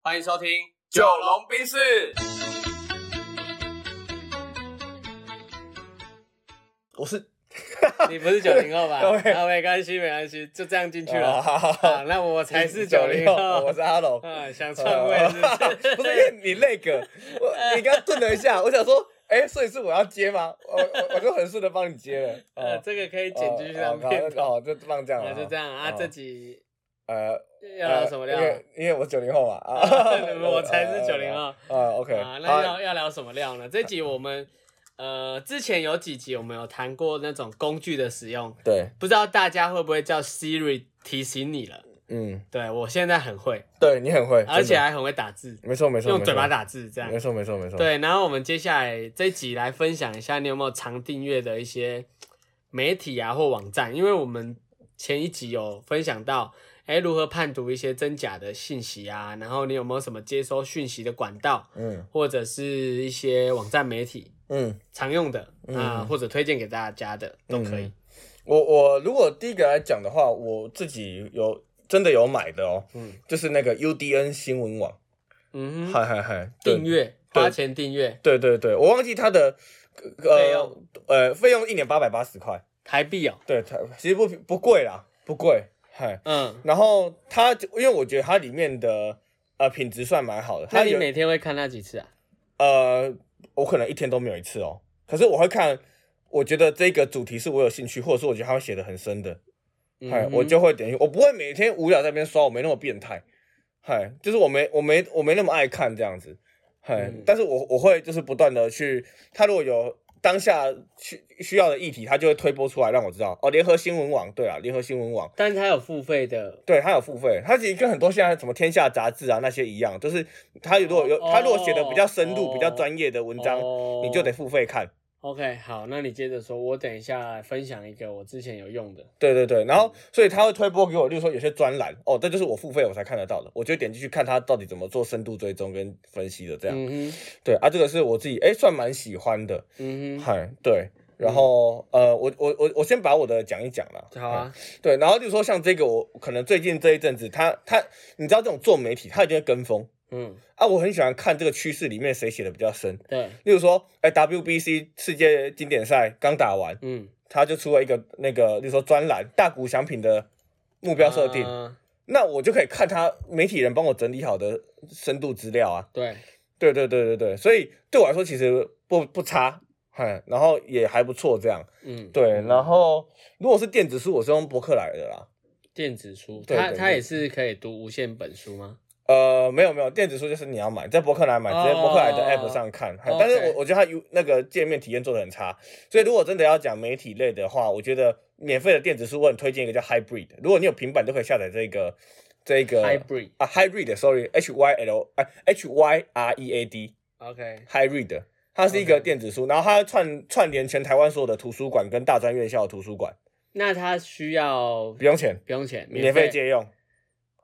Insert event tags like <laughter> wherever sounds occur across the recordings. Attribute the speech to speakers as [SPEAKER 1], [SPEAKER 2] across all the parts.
[SPEAKER 1] 欢迎收听《
[SPEAKER 2] 九龙冰室，我是
[SPEAKER 1] <laughs> 你不是九
[SPEAKER 2] <laughs>
[SPEAKER 1] 零后吧？
[SPEAKER 2] 各位
[SPEAKER 1] 啊，没关系，没关系，就这样进去
[SPEAKER 2] 啊
[SPEAKER 1] 了。
[SPEAKER 2] 哈哈哈
[SPEAKER 1] 啊，那我 <laughs> 才是九零
[SPEAKER 2] 90
[SPEAKER 1] 后，
[SPEAKER 2] 我是阿龙。
[SPEAKER 1] <laughs> 啊，想篡位是不
[SPEAKER 2] <laughs>
[SPEAKER 1] 是？
[SPEAKER 2] 不是因为你那个，我你刚刚顿了一下，我想说，哎，所以是我要接吗？我我我就很顺的帮你接了。
[SPEAKER 1] <laughs> <laughs> 呃，
[SPEAKER 2] 哦，
[SPEAKER 1] 这个可以剪进去当
[SPEAKER 2] 哦
[SPEAKER 1] 片头。
[SPEAKER 2] 哦，就放这样
[SPEAKER 1] 啊，
[SPEAKER 2] 了。
[SPEAKER 1] 就这样啊，
[SPEAKER 2] 哦
[SPEAKER 1] 这集
[SPEAKER 2] 呃，
[SPEAKER 1] 要聊什么料
[SPEAKER 2] 因？为因为我九零后嘛，
[SPEAKER 1] <laughs>
[SPEAKER 2] 啊
[SPEAKER 1] 我才是九
[SPEAKER 2] <laughs>
[SPEAKER 1] 零。后
[SPEAKER 2] 啊，OK，
[SPEAKER 1] 啊，那要要聊什么料呢？这集我们呃，之前有几集我们有谈过那种工具的使用，
[SPEAKER 2] 对，
[SPEAKER 1] 不知道大家会不会叫 Siri 提醒你了？
[SPEAKER 2] 嗯，
[SPEAKER 1] 对我现在很会，
[SPEAKER 2] 对你很会，
[SPEAKER 1] 而且
[SPEAKER 2] 真的
[SPEAKER 1] 还很会打字，
[SPEAKER 2] 没错没错，
[SPEAKER 1] 用
[SPEAKER 2] 没
[SPEAKER 1] 嘴
[SPEAKER 2] 错
[SPEAKER 1] 巴，打字这样
[SPEAKER 2] 没。错没错没错，，
[SPEAKER 1] 对，然后我们接下来这一集来分享一下，你有没有常订阅的一些媒体啊或网站？因为我们前一集有分享到，哎，如何判读一些真假的信息啊，然后你有没有什么接收讯息的管道，
[SPEAKER 2] 嗯
[SPEAKER 1] 或者是一些网站媒体
[SPEAKER 2] 嗯。
[SPEAKER 1] 常用的啊，
[SPEAKER 2] 嗯
[SPEAKER 1] 或者推荐给大家的都可以
[SPEAKER 2] 嗯。我我如果第一个来讲的话，我自己有真的有买的哦，
[SPEAKER 1] 嗯
[SPEAKER 2] 就是那个 UDN 新闻网，
[SPEAKER 1] 嗯哼，
[SPEAKER 2] 嗨嗨嗨，对
[SPEAKER 1] 订，阅
[SPEAKER 2] 对
[SPEAKER 1] 花钱订阅
[SPEAKER 2] 对对对，我忘记它的
[SPEAKER 1] 费
[SPEAKER 2] 呃
[SPEAKER 1] 用
[SPEAKER 2] 呃费用一年八百八十块，
[SPEAKER 1] 台币哦，
[SPEAKER 2] 对，它其实不不贵啦，不贵，嗨，
[SPEAKER 1] 嗯，
[SPEAKER 2] 然后它就因为我觉得它里面的呃品质算蛮好的，
[SPEAKER 1] 那
[SPEAKER 2] 它
[SPEAKER 1] 你
[SPEAKER 2] 有
[SPEAKER 1] 每天会看那几次啊？
[SPEAKER 2] 呃我可能一天都没有一次哦，可是我会看，我觉得这个主题是我有兴趣，或者是我觉得它会写的很深的，嗨，
[SPEAKER 1] 嗯哼
[SPEAKER 2] 我就会点进去，我不会每天无聊在那边刷，我没那么变态，嗨，就是我没我没我没那么爱看这样子，嗨，
[SPEAKER 1] 嗯
[SPEAKER 2] 但是我我会就是不断的去，他如果有当下需需要的议题，他就会推播出来让我知道，哦，联合新闻网，对啊，联合新闻网。
[SPEAKER 1] 但是它有付费的，
[SPEAKER 2] 对，它有付费，它其实跟很多现在什么天下杂志啊那些一样，就是它如果有它如果写的比较深入、
[SPEAKER 1] 哦
[SPEAKER 2] 比较专业的文章，
[SPEAKER 1] 哦
[SPEAKER 2] 你就得付费看。
[SPEAKER 1] OK，好，那你接着说，我等一下分享一个我之前有用的。
[SPEAKER 2] 对对对，然
[SPEAKER 1] 嗯
[SPEAKER 2] 后所以他会推播给我，例如说有些专栏哦，这就是我付费我才看得到的，我就点进去看他到底怎么做深度追踪跟分析的这样。
[SPEAKER 1] 嗯哼，
[SPEAKER 2] 对啊，这个是我自己哎算蛮喜欢的，
[SPEAKER 1] 嗯哼，
[SPEAKER 2] 嗨、对。然后呃，我我我我先把我的讲一讲啦。
[SPEAKER 1] 好啊，
[SPEAKER 2] 嗯对，然后例如说像这个，我可能最近这一阵子，他他你知道这种做媒体，他一定会跟风
[SPEAKER 1] 嗯，
[SPEAKER 2] 啊，我很喜欢看这个趋势里面谁写的比较深。
[SPEAKER 1] 对，
[SPEAKER 2] 例如说，哎，WBC 世界经典赛刚打完，
[SPEAKER 1] 嗯，
[SPEAKER 2] 他就出了一个那个，例如说专栏大股奖品的目标设定，
[SPEAKER 1] 啊
[SPEAKER 2] 那我就可以看他媒体人帮我整理好的深度资料啊。
[SPEAKER 1] 对，
[SPEAKER 2] 对对对对对，所以对我来说其实不不差，嗨，然后也还不错这样。
[SPEAKER 1] 嗯，
[SPEAKER 2] 对，然后如果是电子书，我是用博客来的啦。
[SPEAKER 1] 电子书，
[SPEAKER 2] 对
[SPEAKER 1] 它
[SPEAKER 2] 对
[SPEAKER 1] 它
[SPEAKER 2] 对
[SPEAKER 1] 也是可以读无线本书吗？
[SPEAKER 2] 呃，没有没有，电子书就是你要买，在博客来买，直接博客来的
[SPEAKER 1] 哦
[SPEAKER 2] app 上看。嗨
[SPEAKER 1] OK
[SPEAKER 2] 但是我我觉得它有那个界面体验做的很差，所以如果真的要讲媒体类的话，我觉得免费的电子书我很推荐一个叫 Hybrid，如果你有平板就可以下载这个这个
[SPEAKER 1] Hybrid
[SPEAKER 2] 啊 Hybrid，sorry，H Y L 哎 H Y R E A D
[SPEAKER 1] OK，
[SPEAKER 2] Hybrid，它是一个
[SPEAKER 1] OK
[SPEAKER 2] 电子书，然后它串串联全台湾所有的图书馆跟大专院校的图书馆，
[SPEAKER 1] 那它需要
[SPEAKER 2] 不用钱，
[SPEAKER 1] 不用钱，
[SPEAKER 2] 免费
[SPEAKER 1] 费
[SPEAKER 2] 借用。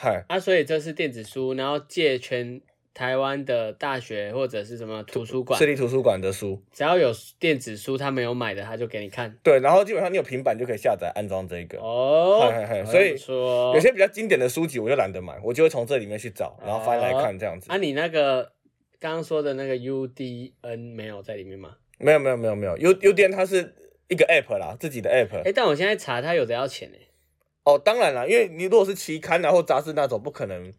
[SPEAKER 2] 嗨，
[SPEAKER 1] 啊，所以这是电子书，然后借全台湾的大学或者是什么图书馆
[SPEAKER 2] 市，立图书馆的书。
[SPEAKER 1] 只要有电子书，他没有买的，他就给你看。
[SPEAKER 2] 对，然后基本上你有平板就可以下载安装这个。
[SPEAKER 1] 哦
[SPEAKER 2] 嗨嗨嗨，所以
[SPEAKER 1] 说
[SPEAKER 2] 有些比较经典的书籍我就懒得买，我就会从这里面去找，然后翻来看这样子
[SPEAKER 1] 啊，。你那个刚刚说的那个 UDN 没有在里面吗？
[SPEAKER 2] 没有没有没有没有，U U 店它是一个 app 啦，自己的
[SPEAKER 1] 哎、
[SPEAKER 2] app。
[SPEAKER 1] 但我现在查它有的要钱哎、
[SPEAKER 2] 哦，当然啦，因为你如果是期刊啊或杂志那种，不可能。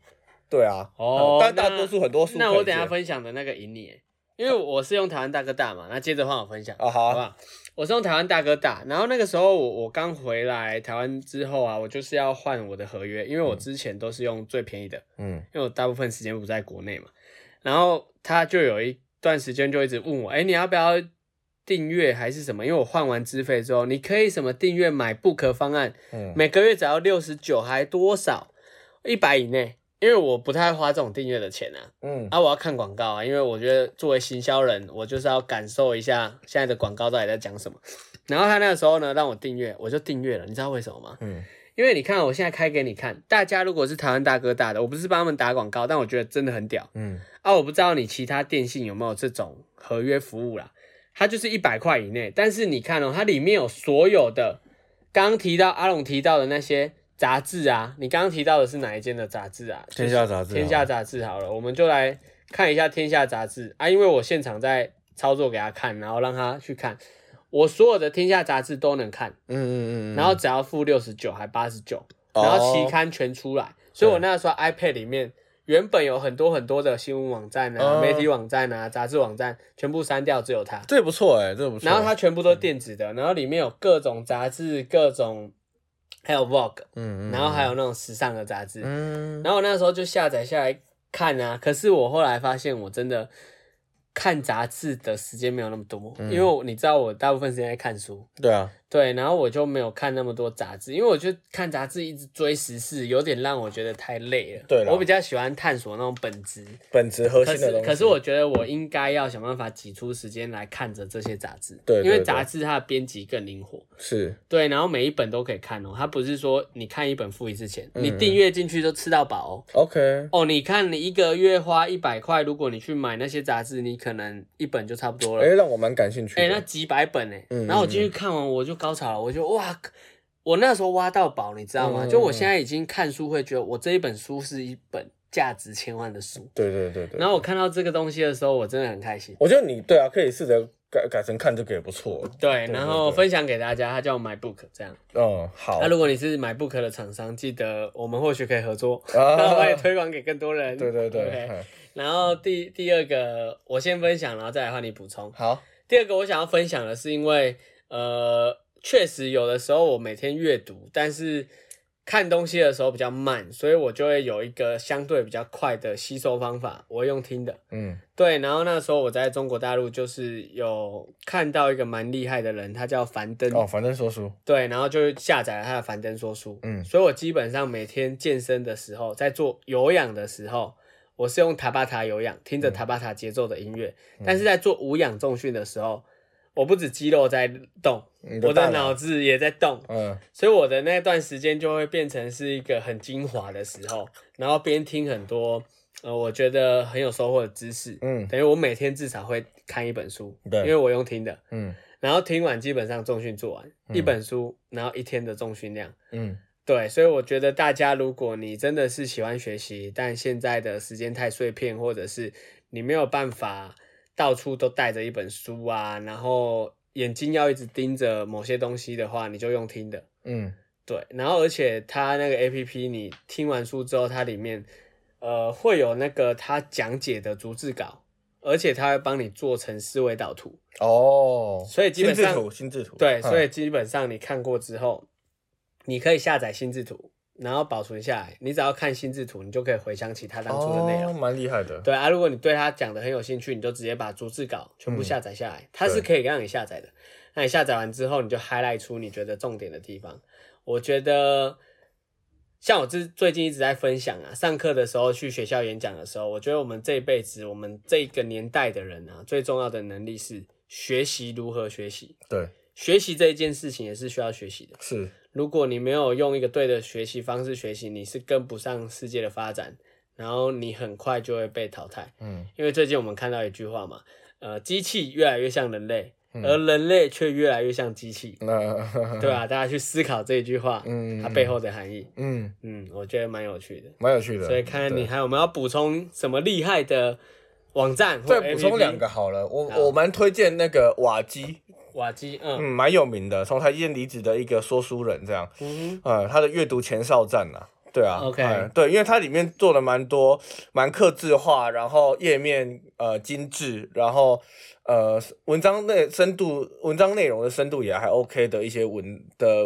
[SPEAKER 2] 对啊，嗯
[SPEAKER 1] 哦
[SPEAKER 2] 但
[SPEAKER 1] 那
[SPEAKER 2] 大多数很多书
[SPEAKER 1] 那
[SPEAKER 2] 可以
[SPEAKER 1] 我等一下
[SPEAKER 2] 借
[SPEAKER 1] 分享的那个赢你、欸，因为我是用台湾大哥大嘛。那接着换我分享，
[SPEAKER 2] 啊好
[SPEAKER 1] 好不
[SPEAKER 2] 啊，
[SPEAKER 1] 好？我是用台湾大哥大，然后那个时候我我刚回来台湾之后啊，我就是要换我的合约，因为我之前都是用最便宜的，
[SPEAKER 2] 嗯
[SPEAKER 1] 因为我大部分时间不在国内嘛。然后他就有一段时间就一直问我，哎、你要不要订阅还是什么？因为我换完资费之后，你可以什么订阅买 Book 方案，
[SPEAKER 2] 嗯
[SPEAKER 1] 每个月只要六十九，还多少？一百以内，因为我不太花这种订阅的钱啊。
[SPEAKER 2] 嗯
[SPEAKER 1] 啊，我要看广告啊，因为我觉得作为行销人，我就是要感受一下现在的广告到底在讲什么。然后他那个时候呢，让我订阅，我就订阅了。你知道为什么吗？
[SPEAKER 2] 嗯
[SPEAKER 1] 因为你看，我现在开给你看，大家如果是台湾大哥大的，我不是帮他们打广告，但我觉得真的很屌
[SPEAKER 2] 嗯
[SPEAKER 1] 啊！我不知道你其他电信有没有这种合约服务啦，它就是一百块以内，但是你看哦，它里面有所有的刚刚提到阿龙提到的那些杂志啊，你刚刚提到的是哪一间的杂志啊？
[SPEAKER 2] 天下杂志
[SPEAKER 1] 天下杂志好了，我们就来看一下天下杂志啊，因为我现场在操作给他看，然后让他去看。我所有的天下杂志都能看，
[SPEAKER 2] 嗯嗯嗯嗯，
[SPEAKER 1] 然后只要付六十九还八十九，
[SPEAKER 2] 哦
[SPEAKER 1] 然后期刊全出来。所以我那时候 iPad 里面原本有很多很多的新闻网站啊、
[SPEAKER 2] 嗯
[SPEAKER 1] 媒体网站啊、杂志网站，全部删掉，只有它。
[SPEAKER 2] 这不错哎，这不错。
[SPEAKER 1] 然后它全部都是电子的，然后里面有各种杂志、各种，还有 Vogue，
[SPEAKER 2] 嗯嗯，
[SPEAKER 1] 然后还有那种时尚的杂志。
[SPEAKER 2] 嗯
[SPEAKER 1] 然后我那时候就下载下来看啊，可是我后来发现我真的看杂志的时间没有那么多，
[SPEAKER 2] 嗯
[SPEAKER 1] 因为我你知道我大部分时间在看书，
[SPEAKER 2] 对啊，
[SPEAKER 1] 对，然后我就没有看那么多杂志，因为我觉得看杂志一直追时事，有点让我觉得太累了。
[SPEAKER 2] 对啦
[SPEAKER 1] 我比较喜欢探索那种本质。
[SPEAKER 2] 本质核
[SPEAKER 1] 可
[SPEAKER 2] 心的
[SPEAKER 1] 是
[SPEAKER 2] 东西。
[SPEAKER 1] 可是我觉得我应该要想办法挤出时间来看着这些杂志，
[SPEAKER 2] 对对
[SPEAKER 1] 因为
[SPEAKER 2] 对
[SPEAKER 1] 杂志它的编辑更灵活，
[SPEAKER 2] 是
[SPEAKER 1] 对，然后每一本都可以看哦，它不是说你看一本付一次钱，你
[SPEAKER 2] 嗯
[SPEAKER 1] 订阅进去就吃到饱哦。
[SPEAKER 2] OK，
[SPEAKER 1] 哦，你看你一个月花一百块，如果你去买那些杂志，你可能一本就差不多了
[SPEAKER 2] 哎，。让我蛮感兴趣的。
[SPEAKER 1] 哎、那几百本哎、
[SPEAKER 2] 嗯
[SPEAKER 1] 然后我进去看完，我就高潮了，我就哇，我那时候挖到宝，你知道吗？
[SPEAKER 2] 嗯
[SPEAKER 1] 就我现在已经看书会觉得，我这一本书是一本价值千万的书。
[SPEAKER 2] 对对对对。
[SPEAKER 1] 然后我看到这个东西的时候，我真的很开心。
[SPEAKER 2] 我觉得你对啊，可以试着改改成看这个也不错。
[SPEAKER 1] 对，
[SPEAKER 2] 对
[SPEAKER 1] 然后
[SPEAKER 2] 对
[SPEAKER 1] 分享给大家，它叫 My Book 这样。
[SPEAKER 2] 嗯，好
[SPEAKER 1] 那、。如果你是 My Book 的厂商，记得我们或许可以合 <laughs> 作，
[SPEAKER 2] 啊
[SPEAKER 1] 然后把你推广给更多人。
[SPEAKER 2] 对对对，
[SPEAKER 1] OK
[SPEAKER 2] 嗯
[SPEAKER 1] 然后第第二个，我先分享，然后再来换你补充。
[SPEAKER 2] 好，
[SPEAKER 1] 第二个我想要分享的是，因为呃，确实有的时候我每天阅读，但是看东西的时候比较慢，所以我就会有一个相对比较快的吸收方法，我会用听的。
[SPEAKER 2] 嗯
[SPEAKER 1] 对，然后那时候我在中国大陆就是有看到一个蛮厉害的人，他叫樊登，
[SPEAKER 2] 哦，反正说书，
[SPEAKER 1] 对，然后就下载了他的樊登说书，
[SPEAKER 2] 嗯
[SPEAKER 1] 所以我基本上每天健身的时候，在做有氧的时候，我是用塔巴塔有氧，听
[SPEAKER 2] 嗯
[SPEAKER 1] 着塔巴塔节奏的音乐，但是在做无氧重训的时候，我不止肌肉在动，
[SPEAKER 2] 你
[SPEAKER 1] 我
[SPEAKER 2] 大
[SPEAKER 1] 的脑子也在动，
[SPEAKER 2] 嗯
[SPEAKER 1] 所以我的那段时间就会变成是一个很精华的时候，然后边听很多呃我觉得很有收获的知识，
[SPEAKER 2] 嗯
[SPEAKER 1] 等于我每天至少会看一本书，
[SPEAKER 2] 对
[SPEAKER 1] 因为我用听的，
[SPEAKER 2] 嗯
[SPEAKER 1] 然后听完基本上重训做完、
[SPEAKER 2] 嗯
[SPEAKER 1] 一本书，然后一天的重训量。
[SPEAKER 2] 嗯，
[SPEAKER 1] 对，所以我觉得大家，如果你真的是喜欢学习，但现在的时间太碎片，或者是你没有办法到处都带着一本书啊，然后眼睛要一直盯着某些东西的话，你就用听的。
[SPEAKER 2] 嗯
[SPEAKER 1] 对，然后而且它那个 A P P，你听完书之后，它里面呃会有那个它讲解的逐字稿，而且它会帮你做成思维导图。
[SPEAKER 2] 哦，
[SPEAKER 1] 所以基本上
[SPEAKER 2] 心智图，心智图，
[SPEAKER 1] 对，
[SPEAKER 2] 嗯
[SPEAKER 1] 所以基本上你看过之后，你可以下载心智图，然后保存下来。你只要看心智图，你就可以回想起它当初的内
[SPEAKER 2] 哦
[SPEAKER 1] 容。
[SPEAKER 2] 蛮厉害的，
[SPEAKER 1] 对啊，如果你对它讲的很有兴趣，你就直接把逐字稿全部下载下来，它是
[SPEAKER 2] 对
[SPEAKER 1] 可以让你下载的。那你下载完之后，你就 highlight 出你觉得重点的地方。我觉得，像我最最近一直在分享啊，上课的时候去学校演讲的时候，我觉得我们这一辈子，我们这个年代的人啊，最重要的能力是学习如何学习。
[SPEAKER 2] 对，
[SPEAKER 1] 学习这一件事情也是需要学习的。
[SPEAKER 2] 是，
[SPEAKER 1] 如果你没有用一个对的学习方式学习，你是跟不上世界的发展，然后你很快就会被淘汰。
[SPEAKER 2] 嗯
[SPEAKER 1] 因为最近我们看到一句话嘛，呃，机器越来越像人类，
[SPEAKER 2] 嗯
[SPEAKER 1] 而人类却越来越像机器，
[SPEAKER 2] 那
[SPEAKER 1] 对，吧、大家去思考这一句话，
[SPEAKER 2] 嗯
[SPEAKER 1] 它背后的含义。
[SPEAKER 2] 嗯，
[SPEAKER 1] 嗯，我觉得蛮有趣的。
[SPEAKER 2] 蛮有趣的，
[SPEAKER 1] 所以看看你
[SPEAKER 2] 对
[SPEAKER 1] 还有没有要补充什么厉害的网站或
[SPEAKER 2] 再
[SPEAKER 1] APP。
[SPEAKER 2] 补充两个好了，我
[SPEAKER 1] 好
[SPEAKER 2] 我蛮推荐那个瓦基，
[SPEAKER 1] 瓦基，
[SPEAKER 2] 嗯，
[SPEAKER 1] 嗯
[SPEAKER 2] 蛮有名的，从台积电离职的一个说书人这样，
[SPEAKER 1] 嗯
[SPEAKER 2] 呃，他的阅读前哨站啊，对啊
[SPEAKER 1] OK
[SPEAKER 2] 哎对，因为它里面做了蛮多蛮克制化，然后页面呃精致，然后呃文章内深度，文章内容的深度也还 OK 的一些文的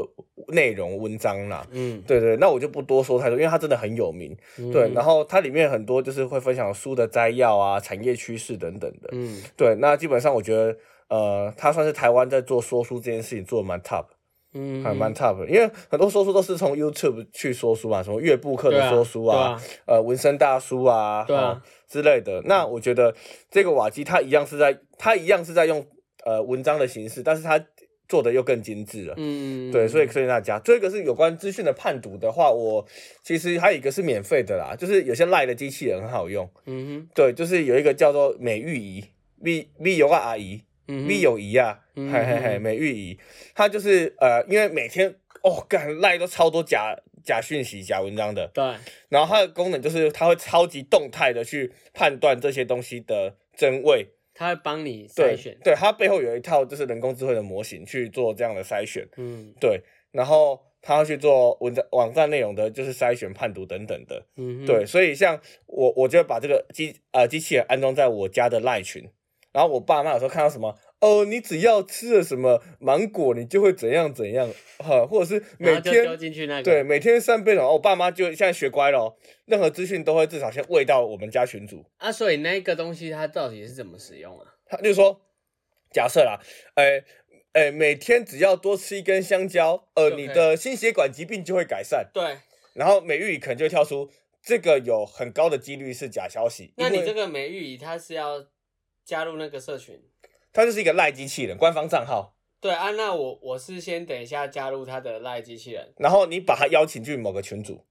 [SPEAKER 2] 内容文章啦。
[SPEAKER 1] 嗯，
[SPEAKER 2] 对对，那我就不多说太多，因为它真的很有名。
[SPEAKER 1] 嗯
[SPEAKER 2] 对，然后它里面很多就是会分享书的摘要啊、产业趋势等等的。
[SPEAKER 1] 嗯
[SPEAKER 2] 对，那基本上我觉得，呃，他算是台湾在做说书这件事情做的蛮 top，
[SPEAKER 1] 嗯，
[SPEAKER 2] 还蛮 top，的因为很多说书都是从 YouTube 去说书嘛，什么乐布克
[SPEAKER 1] 对
[SPEAKER 2] 的说书啊，
[SPEAKER 1] 啊，对
[SPEAKER 2] 呃，纹身大叔啊，
[SPEAKER 1] 对啊
[SPEAKER 2] 哦之类的。那我觉得这个瓦基他一样是在，他一样是在用呃文章的形式，但是他做的又更精致了。
[SPEAKER 1] 嗯，
[SPEAKER 2] 对，所
[SPEAKER 1] 以
[SPEAKER 2] 以推荐大家。最后一个是有关资讯的判读的话，我其实还有一个是免费的啦，就是有些赖的机器人很好用。
[SPEAKER 1] 嗯
[SPEAKER 2] 对，就是有一个叫做美玉仪，V V 有个阿姨，
[SPEAKER 1] 哼，
[SPEAKER 2] 密友谊啊，
[SPEAKER 1] 嗯
[SPEAKER 2] 嘿嘿嘿，美玉仪，他就是呃，因为每天哦，干赖都超多假假讯息、假文章的。
[SPEAKER 1] 对，
[SPEAKER 2] 然后它的功能就是它会超级动态的去判断这些东西的真伪，
[SPEAKER 1] 它会帮你筛
[SPEAKER 2] 对
[SPEAKER 1] 选，，
[SPEAKER 2] 对，它背后有一套就是人工智慧的模型去做这样的筛选，
[SPEAKER 1] 嗯
[SPEAKER 2] 对，然后它要去做文章网站内容的就是筛选、判读等等的，
[SPEAKER 1] 嗯哼，
[SPEAKER 2] 对，所以像我，我就会把这个机呃机器人安装在我家的赖群，然后我爸妈有时候看到什么。哦，你只要吃了什么芒果，你就会怎样怎样，哈，或者是
[SPEAKER 1] 然
[SPEAKER 2] 每
[SPEAKER 1] 后就
[SPEAKER 2] 天
[SPEAKER 1] 丢进去那个，
[SPEAKER 2] 对，每天三杯哦，我爸妈就现在学乖了、哦，任何资讯都会至少先喂到我们家群主。
[SPEAKER 1] 啊，所以那个东西它到底是怎么使用啊？
[SPEAKER 2] 他就说，假设啦，哎、哎、每天只要多吃一根香蕉，呃，
[SPEAKER 1] 就可以
[SPEAKER 2] 你的心血管疾病就会改善。
[SPEAKER 1] 对，
[SPEAKER 2] 然后美玉里可能就会跳出这个有很高的几率是假消息，
[SPEAKER 1] 那你
[SPEAKER 2] 因为
[SPEAKER 1] 这个美玉仪它是要加入那个社群？
[SPEAKER 2] 它就是一个赖机器人官方账号，
[SPEAKER 1] 对啊，那我我是先等一下加入他的赖机器人
[SPEAKER 2] 然后你把它邀请去某个群组，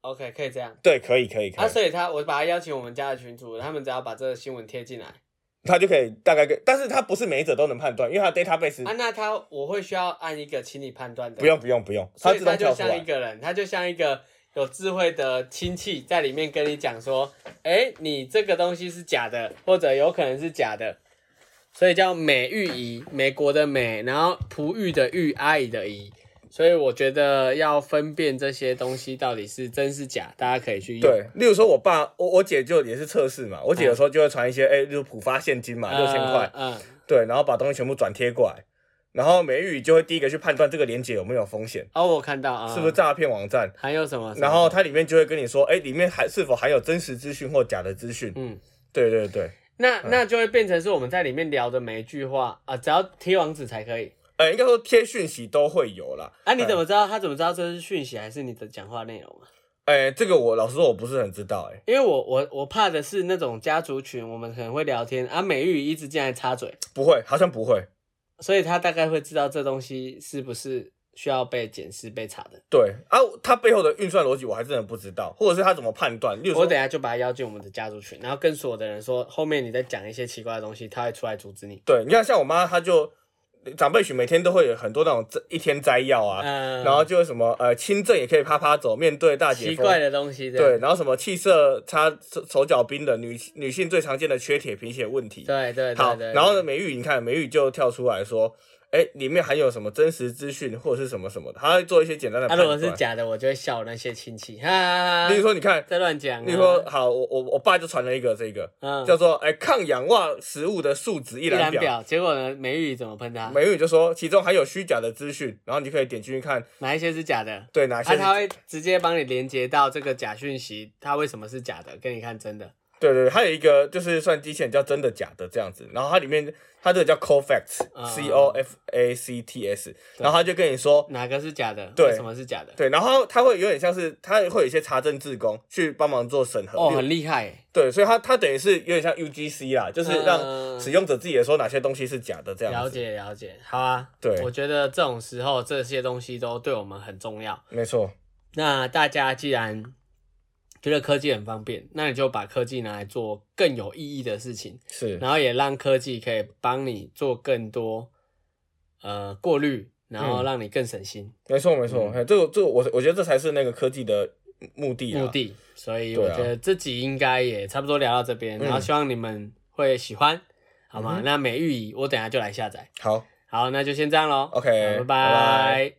[SPEAKER 1] ，OK，可以这样。
[SPEAKER 2] 对，可以，可以，可
[SPEAKER 1] 啊，
[SPEAKER 2] 以，
[SPEAKER 1] 所以他我把他邀请我们家的群主，他们只要把这个新闻贴进来啊，
[SPEAKER 2] 它就可以大概跟，但是它不是每一者都能判断，因为它 database、
[SPEAKER 1] 啊那他我会需要按一个请你判断的，
[SPEAKER 2] 不用，不用不用，它
[SPEAKER 1] 所以
[SPEAKER 2] 自
[SPEAKER 1] 他
[SPEAKER 2] 动
[SPEAKER 1] 就
[SPEAKER 2] 跳出
[SPEAKER 1] 像
[SPEAKER 2] 来
[SPEAKER 1] 一。个人，他就像一个有智慧的亲戚在里面跟你讲说，哎，你这个东西是假的，或者有可能是假的，所以叫美玉仪，美国的美，然后璞玉的玉，阿姨的姨。所以我觉得要分辨这些东西到底是真是假，大家可以去用。
[SPEAKER 2] 对，例如说我爸，我我姐就也是测试嘛，我姐有时候就会传一些，哎、例如浦发现金嘛，六千块，
[SPEAKER 1] 嗯，嗯
[SPEAKER 2] 对，然后把东西全部转贴过来，然后美玉就会第一个去判断这个连接有没有风险，
[SPEAKER 1] 哦，我看到啊，
[SPEAKER 2] 是不是诈骗网站，
[SPEAKER 1] 还有什么？
[SPEAKER 2] 然后它里面就会跟你说，哎、里面还是否含有真实资讯或假的资讯，
[SPEAKER 1] 嗯，
[SPEAKER 2] 对对对，
[SPEAKER 1] 那
[SPEAKER 2] 嗯
[SPEAKER 1] 那就会变成是我们在里面聊的每一句话啊，只要贴网址才可以。
[SPEAKER 2] 呃，应该说贴讯息都会有啦，
[SPEAKER 1] 啊，你怎么知道他怎么知道这是讯息还是你的讲话内容啊？
[SPEAKER 2] 哎，这个我老实说我不是很知道、哎，
[SPEAKER 1] 因为我我我怕的是那种家族群，我们可能会聊天啊，美玉一直进来插嘴，
[SPEAKER 2] 不会，好像不会，
[SPEAKER 1] 所以他大概会知道这东西是不是需要被检视、被查的。
[SPEAKER 2] 对啊，它背后的运算逻辑我还真的不知道，或者是它怎么判断，例如
[SPEAKER 1] 我
[SPEAKER 2] 说
[SPEAKER 1] 等一下就把他邀进我们的家族群，然后跟所有的人说，后面你再讲一些奇怪的东西，他会出来阻止你。
[SPEAKER 2] 对，你看像我妈，她就长辈群每天都会有很多那种摘一天摘要啊，
[SPEAKER 1] 嗯，
[SPEAKER 2] 然后就什么呃轻症也可以啪啪走，面对大解
[SPEAKER 1] 奇
[SPEAKER 2] 封。
[SPEAKER 1] 怪的东西这样，
[SPEAKER 2] 对，然后什么气色差、手手脚冰冷，女女性最常见的缺铁贫血问题。
[SPEAKER 1] 对对对
[SPEAKER 2] 好，
[SPEAKER 1] 对对。
[SPEAKER 2] 然后呢，美玉，你看美玉就跳出来说，哎，里面含有什么真实资讯或者是什么什么的，她会做一些简单的
[SPEAKER 1] 他、
[SPEAKER 2] 判
[SPEAKER 1] 啊如
[SPEAKER 2] 断。
[SPEAKER 1] 果是假的，我就会笑那些亲戚，哈哈哈
[SPEAKER 2] 例如
[SPEAKER 1] 哈，
[SPEAKER 2] 说，你看，
[SPEAKER 1] 在乱讲、啊。
[SPEAKER 2] 例如说，好，我我我爸就传了一个这个，
[SPEAKER 1] 嗯，
[SPEAKER 2] 叫做哎抗氧化食物的数值一
[SPEAKER 1] 一
[SPEAKER 2] 览
[SPEAKER 1] 览
[SPEAKER 2] 表。
[SPEAKER 1] 表，结果呢，美玉怎么喷他？
[SPEAKER 2] 美玉就说其中含有虚假的资讯，然后你就可以点进去看，
[SPEAKER 1] 哪一些是假的？
[SPEAKER 2] 对哪些
[SPEAKER 1] 啊，
[SPEAKER 2] 是、
[SPEAKER 1] 他会直接帮你连接到这个假讯息，它为什么是假的，给你看真的。
[SPEAKER 2] 对对对，它有一个就是算机器人叫真的假的这样子，然后它里面它这个叫 Cofacts、
[SPEAKER 1] 嗯
[SPEAKER 2] C O F A C T S，然后它就跟你说。
[SPEAKER 1] 哪个是假的？
[SPEAKER 2] 对
[SPEAKER 1] 为什么是假的？
[SPEAKER 2] 对，然后它会有点像是，它会有一些查证志工去帮忙做审核。
[SPEAKER 1] 哦，很厉害耶。
[SPEAKER 2] 对，所以它它等于是有点像 UGC 啦，就是让
[SPEAKER 1] 嗯
[SPEAKER 2] 使用者自己也说哪些东西是假的这样子。
[SPEAKER 1] 了，解了解，好啊。
[SPEAKER 2] 对
[SPEAKER 1] 我觉得这种时候这些东西都对我们很重要。
[SPEAKER 2] 没错，
[SPEAKER 1] 那大家既然觉得科技很方便，那你就把科技拿来做更有意义的事情，
[SPEAKER 2] 是，
[SPEAKER 1] 然后也让科技可以帮你做更多呃过滤，然后
[SPEAKER 2] 嗯
[SPEAKER 1] 让你更省心。
[SPEAKER 2] 没错，没
[SPEAKER 1] 嗯
[SPEAKER 2] 错。嘿这个这个，我我觉得这才是那个科技的目的啊啦。
[SPEAKER 1] 目的，所以
[SPEAKER 2] 对
[SPEAKER 1] 我
[SPEAKER 2] 啊
[SPEAKER 1] 觉得这集应该也差不多聊到这边，
[SPEAKER 2] 嗯
[SPEAKER 1] 然后希望你们会喜欢，好
[SPEAKER 2] 嗯
[SPEAKER 1] 吗？
[SPEAKER 2] 哼
[SPEAKER 1] 那美玉仪我等一下就来下载，
[SPEAKER 2] 好，
[SPEAKER 1] 好，那就先这样喽
[SPEAKER 2] OK，
[SPEAKER 1] 好拜
[SPEAKER 2] 拜
[SPEAKER 1] 拜